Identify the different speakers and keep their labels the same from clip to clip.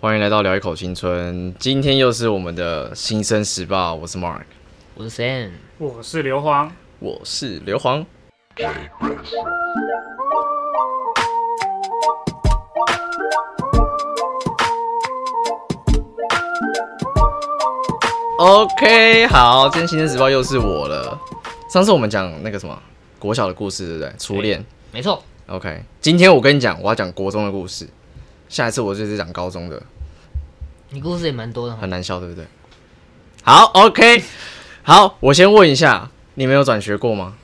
Speaker 1: 欢迎来到聊一口青春，今天又是我们的新生时报，我是 Mark，
Speaker 2: 我是 Sam，
Speaker 3: 我是刘皇，
Speaker 1: 我是刘皇。OK，好，今天新生时报又是我了。上次我们讲那个什么国小的故事，对不对？初恋。
Speaker 2: 没错，
Speaker 1: OK，今天我跟你讲，我要讲国中的故事。下一次我就是讲高中的，
Speaker 2: 你故事也蛮多的哈。
Speaker 1: 很难笑，对不对？好，OK，好，我先问一下，你们有转学过吗？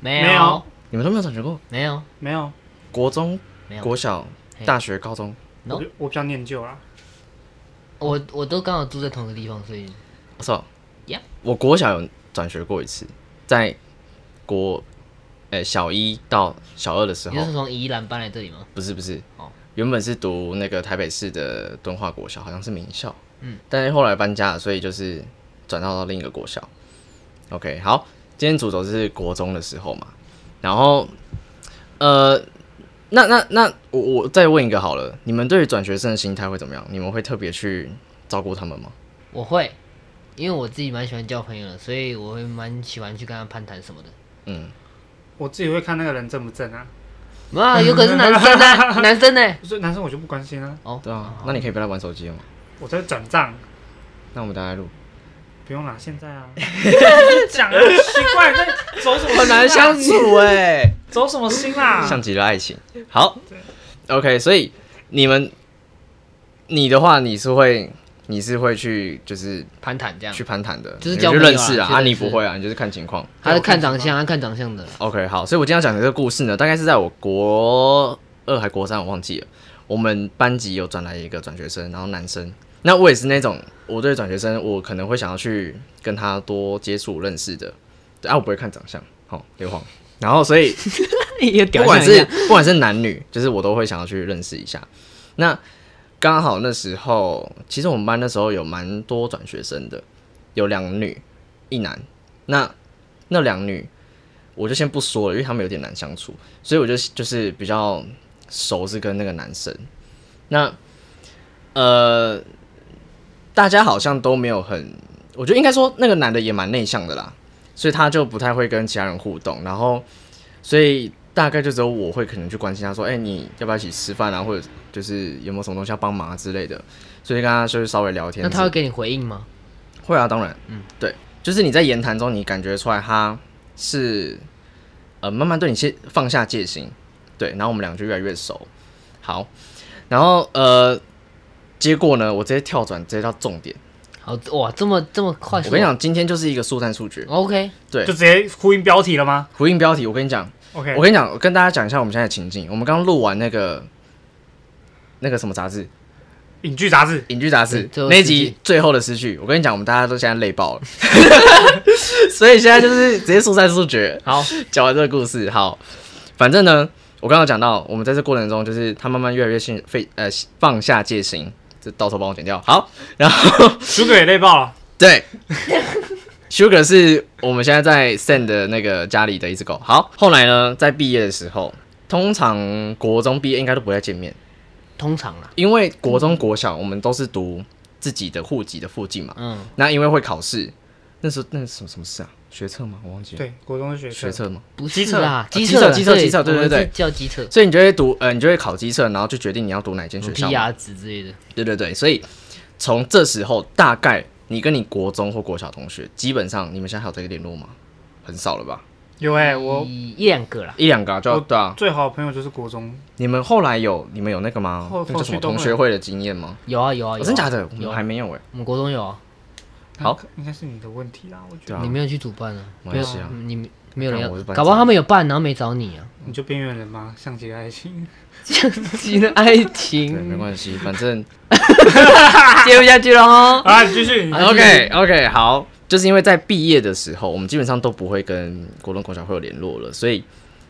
Speaker 2: 没
Speaker 3: 没有
Speaker 2: 有，
Speaker 1: 你们都没有转学过？
Speaker 2: 没有，
Speaker 3: 没有，
Speaker 1: 哦国中、
Speaker 2: 没有。
Speaker 1: 国小、
Speaker 2: 嘿
Speaker 1: 大学、高中，
Speaker 2: No
Speaker 3: 我比我比较念旧啦。
Speaker 2: 我我都刚好住在同一个地方，所以
Speaker 1: 我操
Speaker 2: Yeah
Speaker 1: 哦我国小有转学过一次，在国，诶、小一到小二的时
Speaker 2: 你
Speaker 1: 候
Speaker 2: 是，从宜兰搬来这里吗？
Speaker 1: 不是不是
Speaker 2: 哦，
Speaker 1: 原本是读那个台北市的敦化国小，好像是名校，
Speaker 2: 嗯，
Speaker 1: 但是后来搬家了，所以就是转到到另一个国校。OK，好，今天主轴是国中的时候嘛，然后，呃，那那那我我再问一个好了，你们对于转学生的心态会怎么样？你们会特别去照顾他们吗？
Speaker 2: 我会，因为我自己蛮喜欢交朋友的，所以我会蛮喜欢去跟他攀谈什么的。
Speaker 1: 嗯，
Speaker 3: 我自己会看那个人正不正啊，
Speaker 2: 啊，有可是男生 呢，男生呢？
Speaker 3: 所以男生我就不关心啊。
Speaker 2: 哦，
Speaker 1: 对啊，
Speaker 2: 好
Speaker 1: 那你可以不要玩手机了吗？
Speaker 3: 我在转账，
Speaker 1: 那我们大家录，
Speaker 3: 不用啦，现在啊。 讲啊奇怪，在走什么心啊
Speaker 1: 很难相处哎、
Speaker 3: 走什么心啊啦？
Speaker 1: 像极了爱情。好，OK，所以你们，你的话，你是会，你是会去就是
Speaker 2: 攀谈这样
Speaker 1: 去，攀谈的，
Speaker 2: 就
Speaker 1: 你
Speaker 2: 是交
Speaker 1: 去
Speaker 2: 朋友
Speaker 1: 认
Speaker 2: 啊
Speaker 1: 识啊。
Speaker 2: 去
Speaker 1: 啊，
Speaker 2: 认
Speaker 1: 你
Speaker 2: 识
Speaker 1: 不会啊，你就是看情况。
Speaker 2: 他是看长相，啊他看长相的啦。
Speaker 1: OK，好，所以我今天要讲的这个故事呢，大概是在我国二还国三，我忘记了。我们班级有转来一个转学生，然后男生。那我也是那种，我对转学生，我可能会想要去跟他多接触认识的。对啊，我不会看长相，好、刘皇。然后所以
Speaker 2: 也
Speaker 1: 不管是不管是男女，就是我都会想要去认识一下。那刚好那时候，其实我们班那时候有蛮多转学生的，有两女一男。那那两女我就先不说了，因为他们有点难相处，所以我就就是比较熟是跟那个男生。那呃，大家好像都没有很，我觉得应该说那个男的也蛮内向的啦，所以他就不太会跟其他人互动，然后所以大概就只有我会可能去关心他说，哎、你要不要一起吃饭啊，或者就是有没有什么东西要帮忙啊之类的，所以跟他就是稍微聊天。
Speaker 2: 那他会给你回应吗？
Speaker 1: 会啊，当然，嗯
Speaker 2: 嗯，
Speaker 1: 对，就是你在言谈中，你感觉出来他是呃慢慢对你先放下戒心，对，然后我们俩就越来越熟。好，然后呃，结果呢，我直接跳转直接到重点。
Speaker 2: 好哇，这么这么快
Speaker 1: 我
Speaker 2: 速啊，哦
Speaker 1: 跟你讲，今天就是一个速战速决，
Speaker 2: ，OK，
Speaker 1: 对
Speaker 3: 就，直接呼应标题了吗
Speaker 1: 回应标题。我跟你讲，
Speaker 3: ？OK，
Speaker 1: 我跟你讲，我跟大家讲一下我们现在的情境。我们刚刚录完那个那个什么杂志，
Speaker 3: 影剧杂志
Speaker 1: 《隐居杂志
Speaker 2: 对》最后
Speaker 1: 那一
Speaker 2: 失
Speaker 1: 集
Speaker 2: 去
Speaker 1: 最后的失去，我跟你讲，我们大家都现在累爆了， 所以现在就是直接速战速决。
Speaker 2: 好，
Speaker 1: 讲完这个故事，好，反正呢，我刚刚有讲到，我们在这过程中，就是他慢慢越来越信废呃放下戒心，这到时候帮我剪掉。好，然后
Speaker 3: ，Sugar 也累 爆了。
Speaker 1: 对，Sugar 是我们现在在 Sand 的那个家里的一只狗。好，后来呢，在毕业的时候，通常国中毕业应该都不会再见面，
Speaker 2: 通常啦，
Speaker 1: 因为国中国小我们都是读自己的户籍的附近嘛。
Speaker 2: 嗯，
Speaker 1: 那因为会考试，那时候那是什么什么事啊？学测吗？我忘记了。，
Speaker 3: 对，国中的学
Speaker 1: 学
Speaker 3: 生
Speaker 1: 测吗？
Speaker 2: 不
Speaker 3: 机
Speaker 2: 是
Speaker 3: 测
Speaker 2: 啦，
Speaker 1: 机
Speaker 2: 机
Speaker 1: 测
Speaker 2: 测啦，
Speaker 1: 机测机测对
Speaker 2: 我们
Speaker 1: 对对
Speaker 2: 是叫机测，
Speaker 1: 所以你就会读，呃，你就会考机测，然后就决定你要读哪间学校
Speaker 2: P
Speaker 1: 嘛。
Speaker 2: R 值之类的，
Speaker 1: 对对对，所以从这时候，大概你跟你国中或国小同学，基本上你们现在还有在联络吗？很少了吧？
Speaker 3: 有哎，
Speaker 1: 嗯
Speaker 3: 我
Speaker 2: 一一两个啦，
Speaker 1: 一两个、啊、就要
Speaker 3: 我
Speaker 1: 对啊。
Speaker 3: 最好的朋友就是国中，
Speaker 1: 你们后来有你们有那个吗
Speaker 3: 后？
Speaker 1: 那叫什么
Speaker 3: 后续都
Speaker 1: 同
Speaker 3: 会嗯
Speaker 1: 学会的经验吗？
Speaker 2: 有啊有啊，
Speaker 1: 哦
Speaker 2: 有啊
Speaker 1: 真假的？我
Speaker 2: 有
Speaker 1: 们
Speaker 2: 啊
Speaker 1: 还没有哎、
Speaker 2: 我们国中有啊，
Speaker 1: 好
Speaker 3: 那应该是你的问题啦，我觉
Speaker 1: 对
Speaker 3: 得
Speaker 1: 啊
Speaker 2: 你没有去主办啊？
Speaker 1: 没
Speaker 2: 没有
Speaker 1: 关系啊
Speaker 2: 嗯你没有人
Speaker 1: 看
Speaker 2: 要
Speaker 1: 我是班，
Speaker 2: 搞不好
Speaker 1: 长
Speaker 2: 他们有办，然后没找 你啊。
Speaker 3: 你就边缘人嘛，像极了爱情。
Speaker 2: 像极了爱
Speaker 1: 对，没
Speaker 2: 情，
Speaker 1: 关系，反正
Speaker 2: 接不下去了哦。
Speaker 3: 啊，你继续。
Speaker 2: 啊
Speaker 1: OK OK 好，就是因为在毕业的时候，我们基本上都不会跟国中、国小会有联络了，所以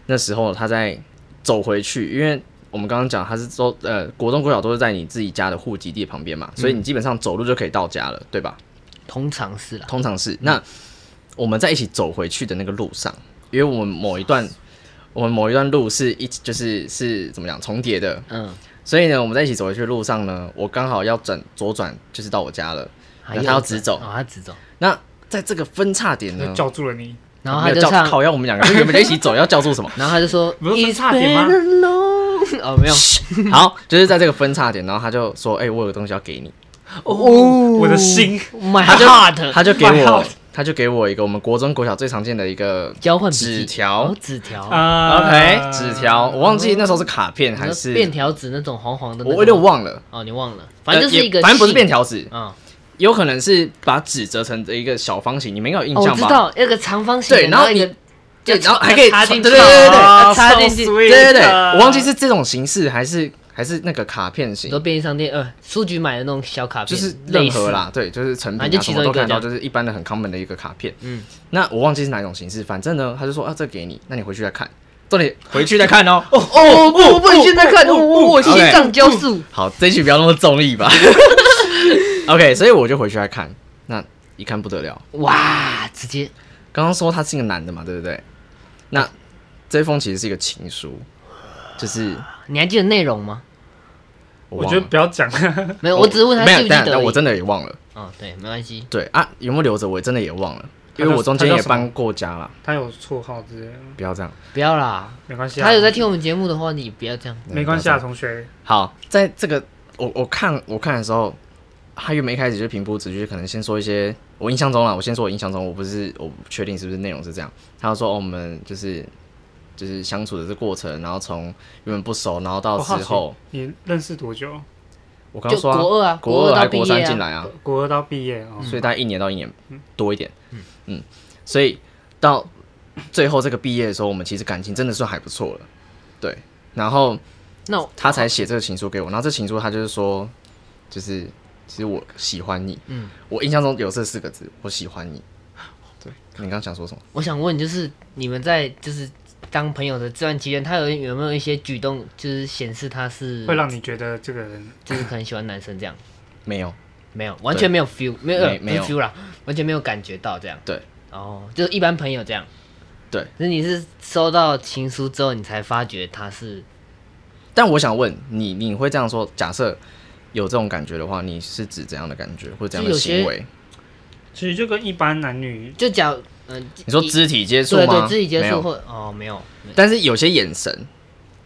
Speaker 1: 那时候他在走回去，因为我们刚刚讲他是都呃国中、国小都是在你自己家的户籍地旁边嘛，
Speaker 2: 嗯
Speaker 1: 所以你基本上走路就可以到家了，对吧？
Speaker 2: 通常是啦，
Speaker 1: 通常是那我们在一起走回去的那个路上，因为我们某一段我们某一段路是一起就是是怎么讲重叠的，
Speaker 2: 嗯，
Speaker 1: 所以呢，我们在一起走回去的路上呢，我刚好要转左转，就是到我家了。
Speaker 2: 啊
Speaker 1: 然后
Speaker 2: 右
Speaker 1: 他要
Speaker 2: 转
Speaker 1: 直走
Speaker 2: 哦，他直走，
Speaker 1: 那在这个分叉点
Speaker 3: 就
Speaker 1: 呢，
Speaker 3: 叫住了你。
Speaker 2: 然后
Speaker 1: 没
Speaker 2: 他
Speaker 1: 有
Speaker 2: 就
Speaker 1: 叫
Speaker 2: 唱，
Speaker 1: 靠要我们两个原本就一起走，要叫住 什么？
Speaker 2: 然后他就说，
Speaker 3: 不是分
Speaker 2: "It's
Speaker 3: 叉点吗
Speaker 2: been a long-" 哦，没有，
Speaker 1: 好，就是在这个分叉点，然后他就说：“哎、我有个东西要给你。
Speaker 2: 哦
Speaker 3: 我的心
Speaker 2: ，My
Speaker 1: 他就
Speaker 2: heart，”
Speaker 1: 他就给
Speaker 3: 买好
Speaker 1: 我，他就给我一个我们国中、国小最常见的一个
Speaker 2: 交换笔记
Speaker 1: 纸条
Speaker 2: 哦。纸条
Speaker 3: 啊
Speaker 1: 嗯 OK，纸条，我忘记那时候是卡片还
Speaker 2: 你
Speaker 1: 是
Speaker 2: 说便条纸那种黄黄的那
Speaker 1: 我
Speaker 2: 种，
Speaker 1: 我有点忘了，
Speaker 2: 哦，你忘了，反正就
Speaker 1: 呃
Speaker 2: 是
Speaker 1: 也
Speaker 2: 一个，
Speaker 1: 反正不是便，条纸，
Speaker 2: 嗯，
Speaker 1: 有可能是把纸折成的一个小方形，你们应该有印
Speaker 2: 哦，我
Speaker 1: 象
Speaker 2: 知
Speaker 1: 吧？
Speaker 2: 道那个长方形的，
Speaker 1: 对，然后
Speaker 2: 一
Speaker 1: 你
Speaker 2: 个
Speaker 1: 对，
Speaker 2: 要
Speaker 1: 然后还
Speaker 2: 要
Speaker 1: 可以
Speaker 2: 插
Speaker 1: 对
Speaker 2: 进
Speaker 1: 对
Speaker 2: 去
Speaker 1: 对对对，
Speaker 3: 哦
Speaker 2: 啊
Speaker 1: 要插进
Speaker 3: so
Speaker 1: 去，
Speaker 3: sweet
Speaker 1: 对对对，
Speaker 3: 啊
Speaker 1: 我忘记是这种形式还是还是那个卡片
Speaker 2: 你
Speaker 1: 型
Speaker 2: 说，便利商店呃书局买的那种小卡
Speaker 1: 就
Speaker 2: 片，
Speaker 1: 是任
Speaker 2: 类似
Speaker 1: 何，啦，对，就是成品
Speaker 2: 反正
Speaker 1: 啊
Speaker 2: 就
Speaker 1: 什
Speaker 2: 其
Speaker 1: 么
Speaker 2: 中一
Speaker 1: 都
Speaker 2: 个
Speaker 1: 看得到，
Speaker 2: 这
Speaker 1: 就是一般的很 common 的一个卡片。
Speaker 2: 嗯，
Speaker 1: 那我忘记是哪一种形式，反正呢，他就说啊，这给你，那你回去再看，重点回去再看 哦。
Speaker 2: 哦哦不，我不能现在看，哦我我我心
Speaker 1: OK
Speaker 2: 脏交速，
Speaker 1: 好，这一局不要那么中立吧。OK，所以我就回去再看，那一看不得了。
Speaker 2: 哇，直接
Speaker 1: 刚刚说他是一个男的嘛，对不对？那这封其实是一个情书，就是
Speaker 2: 你还记得内容吗？
Speaker 1: 忘
Speaker 3: 我
Speaker 1: 了
Speaker 3: 觉得不要讲，
Speaker 2: 没有，我只是问
Speaker 1: 哦
Speaker 2: 他
Speaker 1: 没有
Speaker 2: 记不记
Speaker 1: 但
Speaker 2: 得而
Speaker 1: 但
Speaker 2: 已，
Speaker 1: 我真的也忘了。
Speaker 2: 哦，对，没关系，
Speaker 1: 对啊，有没有留着我真的也忘了，
Speaker 3: 他
Speaker 1: 因
Speaker 3: 叫
Speaker 1: 为我中间
Speaker 3: 他叫
Speaker 1: 也
Speaker 3: 什么
Speaker 1: 搬过家了。
Speaker 3: 他有绰号之类的，
Speaker 1: 不要这样，
Speaker 2: 不要啦。
Speaker 3: 没关系啊。
Speaker 2: 他有在听我们节目的话，你不要这样。
Speaker 1: 嗯
Speaker 3: 没关系啊，。同学。
Speaker 1: 好，在这个我我看我看的时候，他原本一开始就平铺直叙，可能先说一些我印象中啦，我先说我印象中，我不是我不确定是不是内容是这样。他就说、哦我们就是就是相处的这过程，然后从原本不熟，然后到
Speaker 3: 我
Speaker 1: 之
Speaker 3: 好奇
Speaker 1: 后，
Speaker 3: 你认识多久？
Speaker 1: 我刚
Speaker 2: 就
Speaker 1: 刚说、
Speaker 2: 国二啊
Speaker 1: 国
Speaker 2: 国二
Speaker 1: 二
Speaker 2: 到
Speaker 1: 还国
Speaker 2: 毕
Speaker 1: 三
Speaker 2: 业啊嗯
Speaker 1: 进来啊，嗯
Speaker 3: 国二到毕业哦，
Speaker 1: 所以大概一年到一年多一点，嗯，所以到最后这个毕业的时候，我们其实感情真的算还不错了，对。然后
Speaker 2: 那我
Speaker 1: 他才写这个情书给我，然后这情书他就是说，就是其实我喜欢你，
Speaker 2: 嗯，哦
Speaker 1: 我印象中有这四个字，我喜欢你。对你刚刚想说什么？
Speaker 2: 我想问，就是你们在就是当朋友的这段期间，他有有没有一些举动，就是显示他是
Speaker 3: 会让你觉得这个人
Speaker 2: 就是可能喜欢男生 这样？
Speaker 1: 没有，
Speaker 2: 没有，完全没有 feel，没有
Speaker 1: 没没有
Speaker 2: 不是 feel 啦，完全没有感觉到这样。
Speaker 1: 对，
Speaker 2: 哦，就是一般朋友这样。
Speaker 1: 对，
Speaker 2: 可是你是收到情书之后，你才发觉他是
Speaker 1: 但我想问你，你会这样说？假设有这种感觉的话，你是指怎样的感觉或者怎样的
Speaker 2: 就有些
Speaker 1: 行为？
Speaker 3: 其实就跟一般男女
Speaker 2: 就讲嗯、
Speaker 1: 你说
Speaker 2: 一
Speaker 1: 肢体接触
Speaker 2: 对
Speaker 1: 吗？
Speaker 2: 对肢体接
Speaker 1: 没
Speaker 2: 触
Speaker 1: 有
Speaker 2: 或哦没有，
Speaker 1: 但是有些眼神，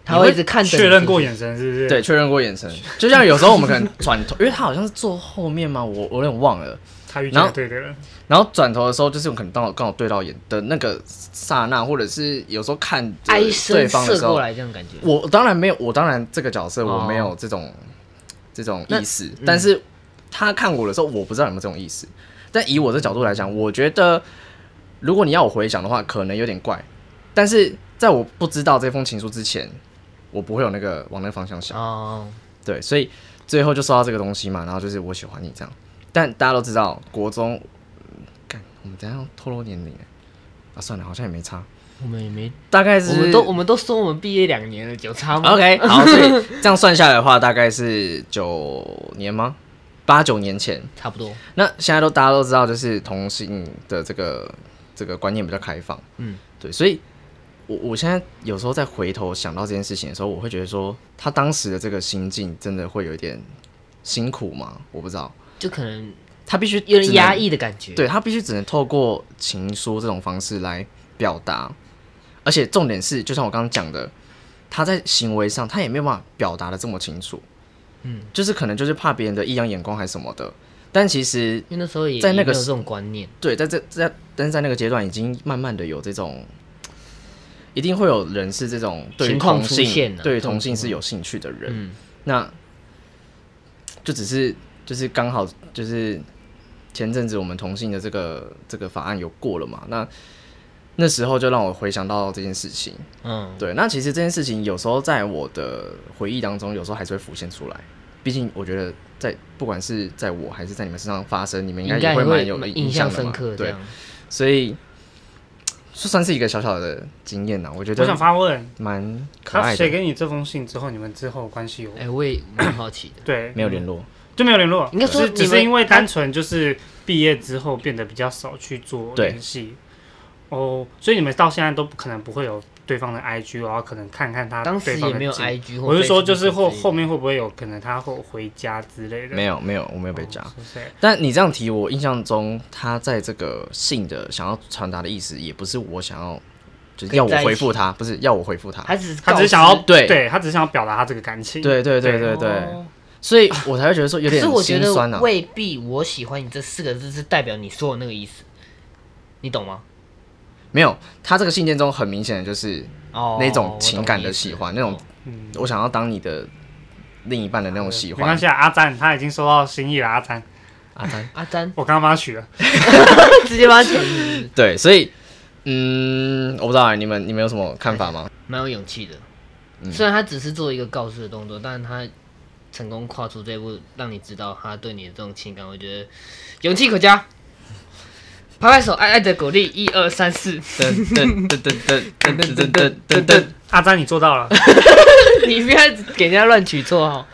Speaker 2: 他会一直看着你
Speaker 3: 确认过
Speaker 2: 是
Speaker 3: 眼神，是不是？
Speaker 1: 对，，确认过眼神。就像有时候我们可能转头，因 为他好像是坐后面嘛，我我有点忘了。
Speaker 3: 他遇
Speaker 1: 然
Speaker 3: 见
Speaker 1: 后
Speaker 3: 对的人，
Speaker 1: 然后转头的时候，就是我可能刚好刚好对到眼的那个刹那，或者是有时候看
Speaker 2: 不是哀
Speaker 1: 着对
Speaker 2: 声
Speaker 1: 方的时
Speaker 2: 射
Speaker 1: 候
Speaker 2: 过，来这样感觉。
Speaker 1: 我当然没有，我当然这个角色
Speaker 2: 哦
Speaker 1: 我没有这种、这种意思，
Speaker 2: 那嗯
Speaker 1: 但是他看我的时候，我不知道有没有这种意思。但以我这角度来讲，我觉得如果你要我回想的话，可能有点怪。但是在我不知道这封情书之前，我不会有那个往那个方向想。
Speaker 2: 哦，
Speaker 1: 对，所以最后就收到这个东西嘛，然后就是我喜欢你这样。但大家都知道，国中，嗯干、我们等一下要透露年龄欸啊，算了，好像也没差，
Speaker 2: 我们也没，
Speaker 1: 大概
Speaker 2: 我
Speaker 1: 是
Speaker 2: 们都我们都说我们毕业两年了，有差吗？
Speaker 1: OK，好，所以这样算下来的话，大概是九年吗？八九年前，
Speaker 2: 差不多。
Speaker 1: 那现在都大家都知道，就是同性的这个这个观念比较开放，
Speaker 2: 嗯，
Speaker 1: 对，所以我我现在有时候在回头想到这件事情的时候，我会觉得说，他当时的这个心境真的会有一点辛苦吗？我不知道，
Speaker 2: 就可能
Speaker 1: 他必须
Speaker 2: 有点
Speaker 1: 只能
Speaker 2: 压，抑的感觉。
Speaker 1: 对他必须只能透过情书这种方式来表达，而且重点是，就像我刚刚讲的，他在行为上他也没有办法表达的这么清楚，
Speaker 2: 嗯，
Speaker 1: 就是可能就是怕别人的异样眼光还是什么的，但其实
Speaker 2: 因为那时候也
Speaker 1: 在那个
Speaker 2: 也没有这种观念，
Speaker 1: 对，在这在但是在那个阶段已经慢慢的有这种，一定会有人是这种对于
Speaker 2: 情况
Speaker 1: 同
Speaker 2: 出现
Speaker 1: 性
Speaker 2: 啊
Speaker 1: 对于
Speaker 2: 这种
Speaker 1: 同性
Speaker 2: 情
Speaker 1: 是有兴趣的人，
Speaker 2: 嗯，
Speaker 1: 那就只是就是刚好就是前阵子我们同性的这个这个法案有过了嘛，那那时候就让我回想到这件事情。
Speaker 2: 嗯，
Speaker 1: 对，那其实这件事情有时候在我的回忆当中，有时候还是会浮现出来。毕竟我觉得在不管是在我还是在你们身上发生，你们应该
Speaker 2: 应该
Speaker 1: 也
Speaker 2: 也
Speaker 1: 会蛮
Speaker 2: 会
Speaker 1: 有
Speaker 2: 印
Speaker 1: 象
Speaker 2: 象
Speaker 1: 的
Speaker 2: 深
Speaker 1: 嘛。
Speaker 2: 刻这
Speaker 1: 对
Speaker 2: 样，。
Speaker 1: 所以就算是一个小小的经验呐，我觉
Speaker 3: 我想
Speaker 1: 得
Speaker 3: 发问，
Speaker 1: 蛮可
Speaker 3: 他
Speaker 1: 爱
Speaker 3: 写
Speaker 1: 的。
Speaker 3: 给你这封信之后，你们之后关系有
Speaker 2: 哎，我也蛮好奇的。
Speaker 3: 对
Speaker 1: 没有联络，
Speaker 3: 就没有联络？
Speaker 2: 应该说
Speaker 3: 只是只
Speaker 2: 你们
Speaker 3: 是因为单纯就是毕业之后变得比较少去做
Speaker 1: 对
Speaker 3: 联系。哦，所以你们到现在都不可能不会有对方的 IG，然后可能看看他
Speaker 2: 当
Speaker 3: 对
Speaker 2: 时
Speaker 3: 方
Speaker 2: 也
Speaker 3: 的
Speaker 2: 没有
Speaker 3: 近
Speaker 2: IG，或
Speaker 3: 我是说，就是
Speaker 2: Facebook
Speaker 3: 后
Speaker 2: 之类的
Speaker 3: 后面会不会有可能他会回家之类的？
Speaker 1: 没
Speaker 3: 有
Speaker 1: 有没有，我没有被加。
Speaker 3: 是谁？
Speaker 1: 但你这样提，我印象中他在这个信的想要传达的意思，也不是我想要，就是要我
Speaker 2: 可以在一起
Speaker 1: 回复他，不是要我回复他。
Speaker 2: 他只是
Speaker 3: 他只是
Speaker 2: 告
Speaker 3: 想要
Speaker 2: 知
Speaker 1: 对
Speaker 3: 对他只是想要表达他这个感情。
Speaker 1: 对对对
Speaker 3: 对
Speaker 1: 对对，
Speaker 2: 哦
Speaker 1: 所以我才会觉得说有
Speaker 2: 可
Speaker 1: 点
Speaker 2: 是我觉
Speaker 1: 心
Speaker 2: 得
Speaker 1: 酸啊。
Speaker 2: 未必我喜欢你这四个字是代表你说的那个意思，你懂吗？
Speaker 1: 没有，他这个信件中很明显的就是
Speaker 2: 哦，
Speaker 1: 那
Speaker 2: 我
Speaker 1: 种
Speaker 2: 懂
Speaker 1: 情感
Speaker 2: 你
Speaker 1: 的
Speaker 2: 意思哦
Speaker 1: 喜欢，那种
Speaker 3: 嗯，
Speaker 1: 我想要当你的另一半的那种喜
Speaker 3: 没关
Speaker 1: 欢。啊
Speaker 3: 系啊，阿詹他已经收到心意了，阿詹，
Speaker 1: 阿丹，
Speaker 2: 阿詹
Speaker 3: 我刚刚帮他取了。
Speaker 2: 直接把他请，
Speaker 1: 对，所以嗯，我不知道欸你们你们有什么看法吗？
Speaker 2: 蛮有勇气的。
Speaker 3: 嗯
Speaker 2: 虽然他只是做一个告知的动作，但是他成功跨出这一步，让你知道他对你的这种情感，我觉得勇气可嘉。拍拍手，爱爱的鼓励，一二三四，
Speaker 1: 噔噔噔噔噔噔噔噔噔噔。
Speaker 3: 阿詹，你做到 了。
Speaker 2: 你不要给人家乱取绰号。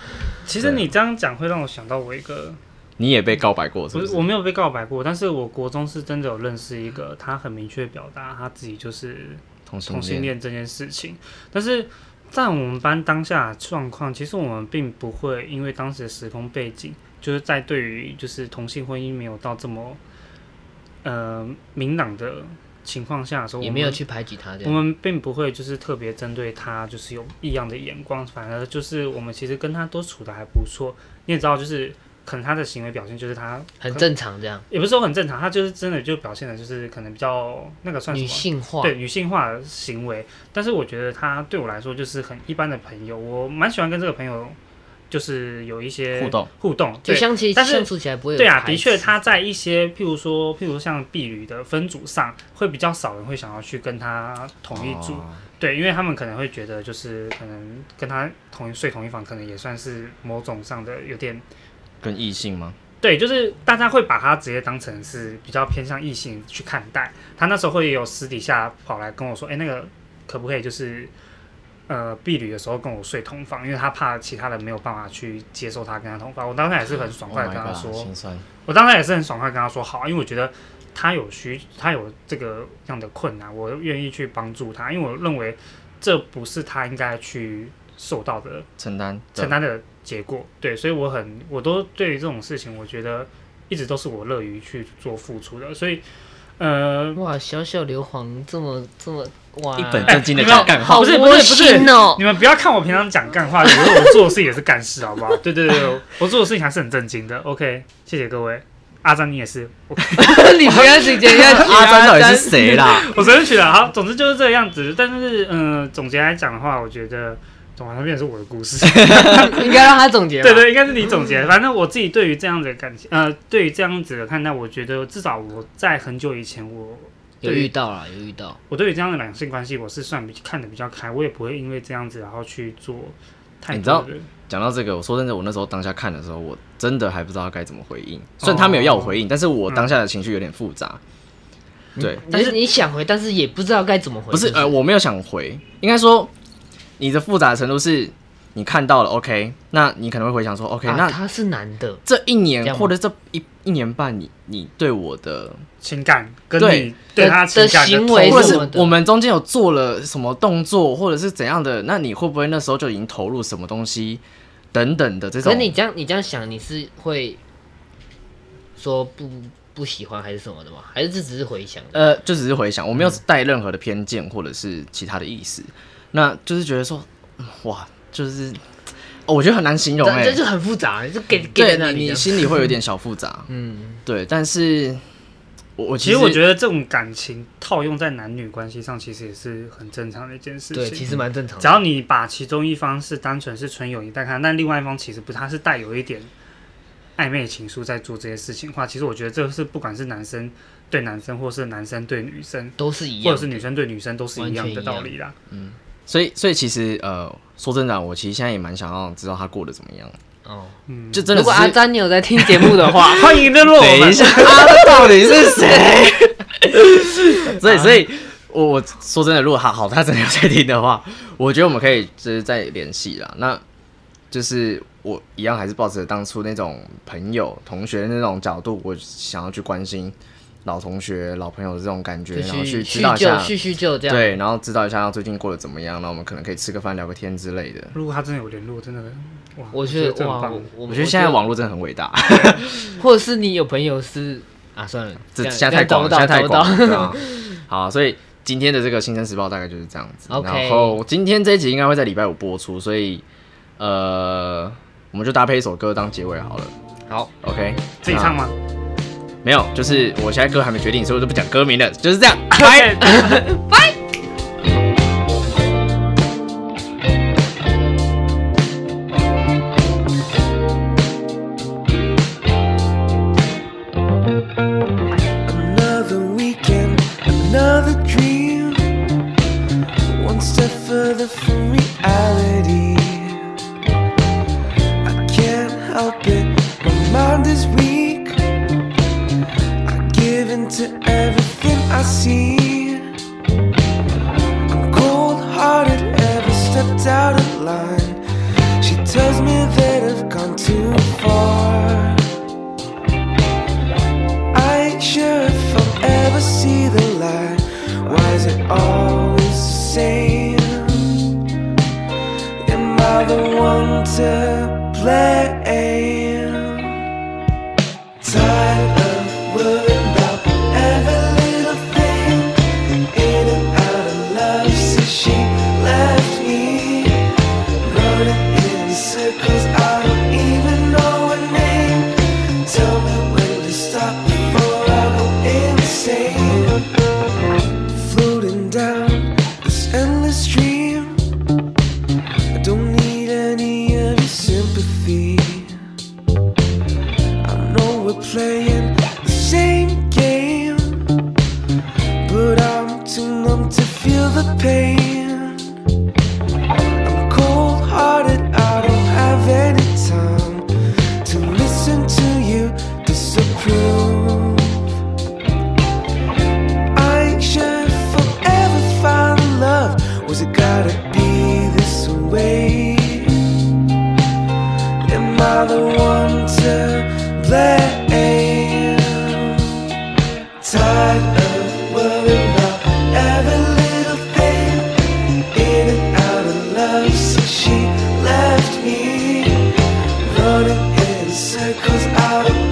Speaker 3: 其实你这样讲会让我想到我一个，
Speaker 1: 你也被告白过是
Speaker 3: 不
Speaker 1: 不
Speaker 3: 是
Speaker 1: 是？
Speaker 3: 我没有被告白过，但是我国中是真的有认识一个，他很明确表达他自己就是
Speaker 1: 同
Speaker 3: 同
Speaker 1: 性恋。
Speaker 3: 性恋这件事情，但是在我们班当下的状况，其实我们并不会因为当时的时空背景，就是在对于就是同性婚姻没有到这么呃明朗的情况下的时候，
Speaker 2: 也
Speaker 3: 我
Speaker 2: 没有
Speaker 3: 们嗯
Speaker 2: 去排挤他这
Speaker 3: 我
Speaker 2: 样。
Speaker 3: 们并不会就是特别针对他，就是有异样的眼光，反而就是我们其实跟他都处的还不错。你也知道，就是可能他的行为表现就是他
Speaker 2: 很正常这样，
Speaker 3: 也不是说很正常，他就是真的就表现的就是可能比较那个算什
Speaker 2: 女
Speaker 3: 么？
Speaker 2: 性化，
Speaker 3: 对女性化的行为，但是我觉得他对我来说就是很一般的朋友，我蛮喜欢跟这个朋友就是有一些
Speaker 1: 互动
Speaker 3: 互动，
Speaker 2: 就
Speaker 3: 对
Speaker 2: 相其
Speaker 3: 但是
Speaker 2: 相处起来不会有
Speaker 3: 对啊，
Speaker 2: 排
Speaker 3: 的
Speaker 2: 斥
Speaker 3: 确他在一些譬如说譬如像婢女的分组上，会比较少人会想要去跟他同一组，
Speaker 1: 哦
Speaker 3: 对，因为他们可能会觉得就是可能跟他同一睡同一房，可能也算是某种上的有点
Speaker 1: 跟异性吗？
Speaker 3: 对，就是大家会把他直接当成是比较偏向异性去看待。他那时候会有私底下跑来跟我说：“哎、那个可不可以就是呃，避旅的时候跟我睡同房？”因为他怕其他人没有办法去接受他跟他同房。我当时也是很爽快
Speaker 1: Oh
Speaker 3: 地
Speaker 1: my
Speaker 3: 跟他
Speaker 1: god，
Speaker 3: 说
Speaker 1: 心酸。
Speaker 3: 我当时也是很爽快地跟他说好啊，因为我觉得他有需，他有这个样的困难，我愿意去帮助他，因为我认为这不是他应该去受到的
Speaker 1: 承担
Speaker 3: 承担的结果。对，所以我很，我都对于这种事情，我觉得一直都是我乐于去做付出的。所以，呃，
Speaker 2: 哇，小小硫磺这么这么哇，
Speaker 1: 一本正经的
Speaker 3: 哎没有
Speaker 1: 讲干话，
Speaker 2: 好
Speaker 3: 不是不
Speaker 2: 窝
Speaker 3: 是不是
Speaker 2: 心哦，
Speaker 3: 你们不要看我平常讲干话，觉得我做的事也是干事，好不好？对对对，我我做的事情还是很正经的。OK，谢谢各位。阿张，你也是，我
Speaker 2: 你不要直接要
Speaker 1: 阿詹到底是谁啦？
Speaker 3: 我随便取的。好，总之就是这个样子。但是，嗯、总结来讲的话，我觉得总完那变成是我的故事。
Speaker 2: 应该让他总结吧。
Speaker 3: 对对，应该是你总结。反正我自己对于这样子的感情，呃，对于这样子的看待，我觉得至少我在很久以前我
Speaker 2: 有遇到了，有遇到，
Speaker 3: 我对于这样的两性关系，我是算比看得比较开，我也不会因为这样子然后去做太
Speaker 1: 你知道
Speaker 3: 多的。
Speaker 1: 讲到这个，我说真的，我那时候当下看的时候，我真的还不知道该怎么回应。虽然他没有要我回应，但是我当下的情绪有点复杂。对，
Speaker 2: 但是你想回，但是也不知道该怎么回。
Speaker 1: 不是呃，我没有想回，应该说你的复杂的程度是你看到了 OK，那你可能会回想说 OK，
Speaker 2: 啊
Speaker 1: 那
Speaker 2: 他是男的，
Speaker 1: 这一
Speaker 2: 这
Speaker 1: 年
Speaker 2: 样吗
Speaker 1: 或者这一一年半，你你对我的
Speaker 3: 情感跟
Speaker 1: 对
Speaker 3: 你对他情感
Speaker 2: 的的
Speaker 3: 投
Speaker 2: 行为
Speaker 3: 入
Speaker 1: 或者
Speaker 2: 什
Speaker 1: 是
Speaker 2: 么的
Speaker 1: 我们中间有做了什么动作，或者是怎样的，那你会不会那时候就已经投入什么东西等等的这
Speaker 2: 可
Speaker 1: 种
Speaker 2: 是？你这样你这样想，你是会说不不喜欢还是什么的吗？还是这只是回想的？
Speaker 1: 呃，就只是回想，我没有带任何的偏见或者是其他的意思，那就是觉得说，嗯哇，就是、哦我觉得很难形容哎、
Speaker 2: 这这就很复杂，就给给
Speaker 1: 对
Speaker 2: 人那
Speaker 1: 你，
Speaker 2: 里
Speaker 1: 你
Speaker 2: 这样
Speaker 1: 心里会有点小复杂，
Speaker 2: 嗯，
Speaker 1: 对，但是我我
Speaker 3: 其
Speaker 1: 实
Speaker 3: 实我
Speaker 1: 得
Speaker 3: 觉得这种感情套用在男女关系上，其实也是很正常的一件事情。
Speaker 2: 对，其实蛮正常
Speaker 3: 只
Speaker 2: 的。
Speaker 3: 要你把其中一方是单纯是纯友谊在看，但另外一方其实不，他是带有一点暧昧情愫在做这些事情的话，其实我觉得这是不管是男生对男生，或是男生对女生，
Speaker 2: 都是一
Speaker 3: 或
Speaker 2: 样
Speaker 3: 者是，女生对女生，都是一样
Speaker 2: 完全
Speaker 3: 的
Speaker 2: 一样
Speaker 3: 道理啦。
Speaker 1: 所以所以其实呃，说真的啊，我其实现在也蛮想要知道他过得怎么样，
Speaker 2: 哦，
Speaker 3: 嗯，
Speaker 1: 就真的
Speaker 2: 如
Speaker 1: 只
Speaker 2: 果阿
Speaker 1: 是。
Speaker 2: 詹你有在听节目的话，
Speaker 3: 欢迎热络我
Speaker 1: 等
Speaker 3: 们
Speaker 1: 一。 下，他到底是谁？所以，所以，我我说真的，如果他好，他真的有在听的话，我觉得我们可以就是再联系啦。那就是我一样还是抱着当初那种朋友、同学那种角度，我想要去关心老同学、老朋友的这种感觉，
Speaker 2: 就
Speaker 1: 然后
Speaker 2: 叙
Speaker 1: 去知
Speaker 2: 叙
Speaker 1: 道一
Speaker 2: 旧
Speaker 1: 下，
Speaker 2: 叙叙旧这样。
Speaker 1: 对，然后知道一下他最近过得怎么样，然后我们可能可以吃个饭、聊个天之类的。
Speaker 3: 如果他真的有联络，真的哇，
Speaker 2: 我
Speaker 3: 觉
Speaker 2: 觉
Speaker 3: 这
Speaker 2: 得
Speaker 3: 很
Speaker 2: 哇，我
Speaker 3: 棒。
Speaker 2: 我
Speaker 1: 我觉得现在，网络真的很伟大，
Speaker 2: 或者是你有朋友是啊，算了，
Speaker 1: 这
Speaker 2: 样
Speaker 1: 现在太广了，
Speaker 2: 这
Speaker 1: 现在
Speaker 2: 样
Speaker 1: 太
Speaker 2: 找不到
Speaker 1: 广了。
Speaker 2: 找不到
Speaker 1: 对啊 好，所以今天的这个《新生时报》大概就是这样子。
Speaker 2: OK
Speaker 1: 然后今天这一集应该会在礼拜五播出，所以呃，我们就搭配一首歌当结尾好了。
Speaker 2: 好，
Speaker 1: OK，
Speaker 3: 自己唱
Speaker 1: 吗？
Speaker 3: 吗？
Speaker 1: 没有，就是我现在歌还没决定，所以我就不讲歌名了，就是这样。拜。
Speaker 4: Another weekend, another dream. One step further from reality. I can't help it, my mind is weak. I give in to everything I see. I'm cold hearted, ever stepped out of line. She tells me that I've gone too far. I ain't sure if I'll ever see the light. Why is it always the same? Am I the one to blame? Tired of worrying about every little thing. In and out of love since she left me. Running in circles, I don't even know her name. Tell me when to stop before I go insane. Floating down this endless dream. I don't need any of your sympathy. I know we're playing the same game, but I'm too numb to feel the pain. I'm cold hearted, I don't have any time to listen to you disapprove. I ain't sure if I'll ever find love. Was it gotta be this way? Am I the one to blame? Tired of worrying about every little thing. In and out of love since she left me running in circles out of Oh,